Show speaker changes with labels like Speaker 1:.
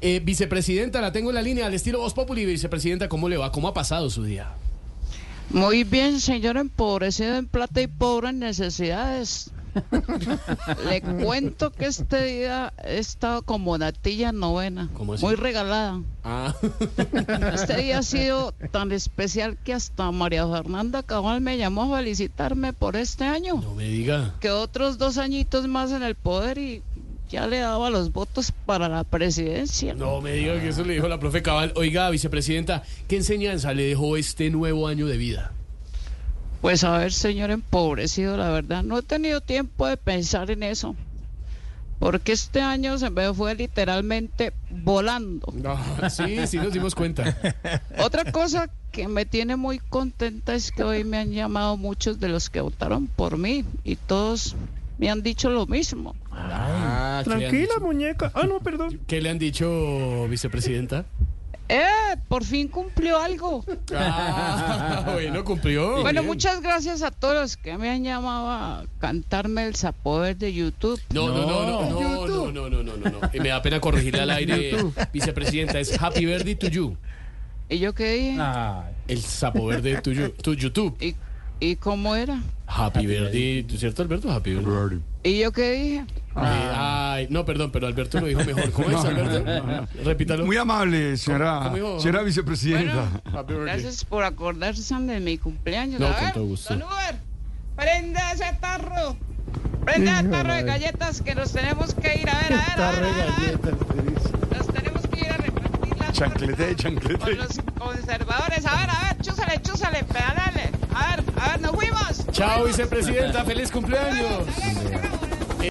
Speaker 1: Eh, vicepresidenta, la tengo en la línea al estilo Voz Populi. Vicepresidenta, ¿cómo le va? ¿Cómo ha pasado su día?
Speaker 2: Muy bien, señor empobrecido en plata y pobre en necesidades. Le cuento que este día he estado como natilla novena,
Speaker 1: ¿Cómo así?
Speaker 2: muy regalada.
Speaker 1: Ah,
Speaker 2: Este día ha sido tan especial que hasta María Fernanda Cabal me llamó a felicitarme por este año.
Speaker 1: no me diga.
Speaker 2: Que otros dos añitos más en el poder y ya le daba los votos para la presidencia.
Speaker 1: No me diga que eso le dijo la profe Cabal. Oiga, vicepresidenta, ¿qué enseñanza le dejó este nuevo año de vida?
Speaker 2: Pues a ver, señor empobrecido, la verdad, no he tenido tiempo de pensar en eso. Porque este año se me fue literalmente volando.
Speaker 1: No, sí, sí nos dimos cuenta.
Speaker 2: Otra cosa que me tiene muy contenta es que hoy me han llamado muchos de los que votaron por mí y todos me han dicho lo mismo.
Speaker 1: Ah, ¿qué le han
Speaker 3: Tranquila,
Speaker 1: dicho?
Speaker 3: muñeca. Ah, no, perdón.
Speaker 1: ¿Qué le han dicho, vicepresidenta?
Speaker 2: ¡Eh! Por fin cumplió algo.
Speaker 1: Ah, bueno, cumplió.
Speaker 2: Bueno,
Speaker 1: Bien.
Speaker 2: muchas gracias a todos los que me han llamado a cantarme el sapoder de YouTube.
Speaker 1: No, no, no, no, no, no, no, no, no, no, no. Y Me da pena corregirle al aire, vicepresidenta. Es Happy Birthday to you.
Speaker 2: ¿Y yo qué dije?
Speaker 1: El sapo verde to you, to YouTube.
Speaker 2: ¿Y, ¿Y cómo era?
Speaker 1: Happy Birthday, ¿cierto, Alberto? Happy Birthday. Eh,
Speaker 2: ¿Y yo qué dije?
Speaker 1: Ay, no, perdón, pero Alberto lo dijo mejor. ¿Cómo es, Alberto? Repítalo.
Speaker 4: Muy amable, señora,
Speaker 1: ¿Cómo- cómo-
Speaker 4: señora vicepresidenta.
Speaker 2: Bueno,
Speaker 1: Happy birthday.
Speaker 2: Gracias por acordarse de mi cumpleaños.
Speaker 1: No,
Speaker 2: A
Speaker 1: con
Speaker 2: ver,
Speaker 1: todo gusto.
Speaker 2: Don Uber, prenda ese tarro. Prenda el tarro de galletas que nos tenemos que ir. A ver, a ver, a ver. a ver, a ver. Nos tenemos que ir a repartir la
Speaker 4: Chanclete, chanclete.
Speaker 2: Con los conservadores. A ver, a ver, chúsale, chúsale, pedalale. A ver, a ver, nos fuimos.
Speaker 1: Chao, vicepresidenta. Feliz cumpleaños.
Speaker 2: Nos fuimos.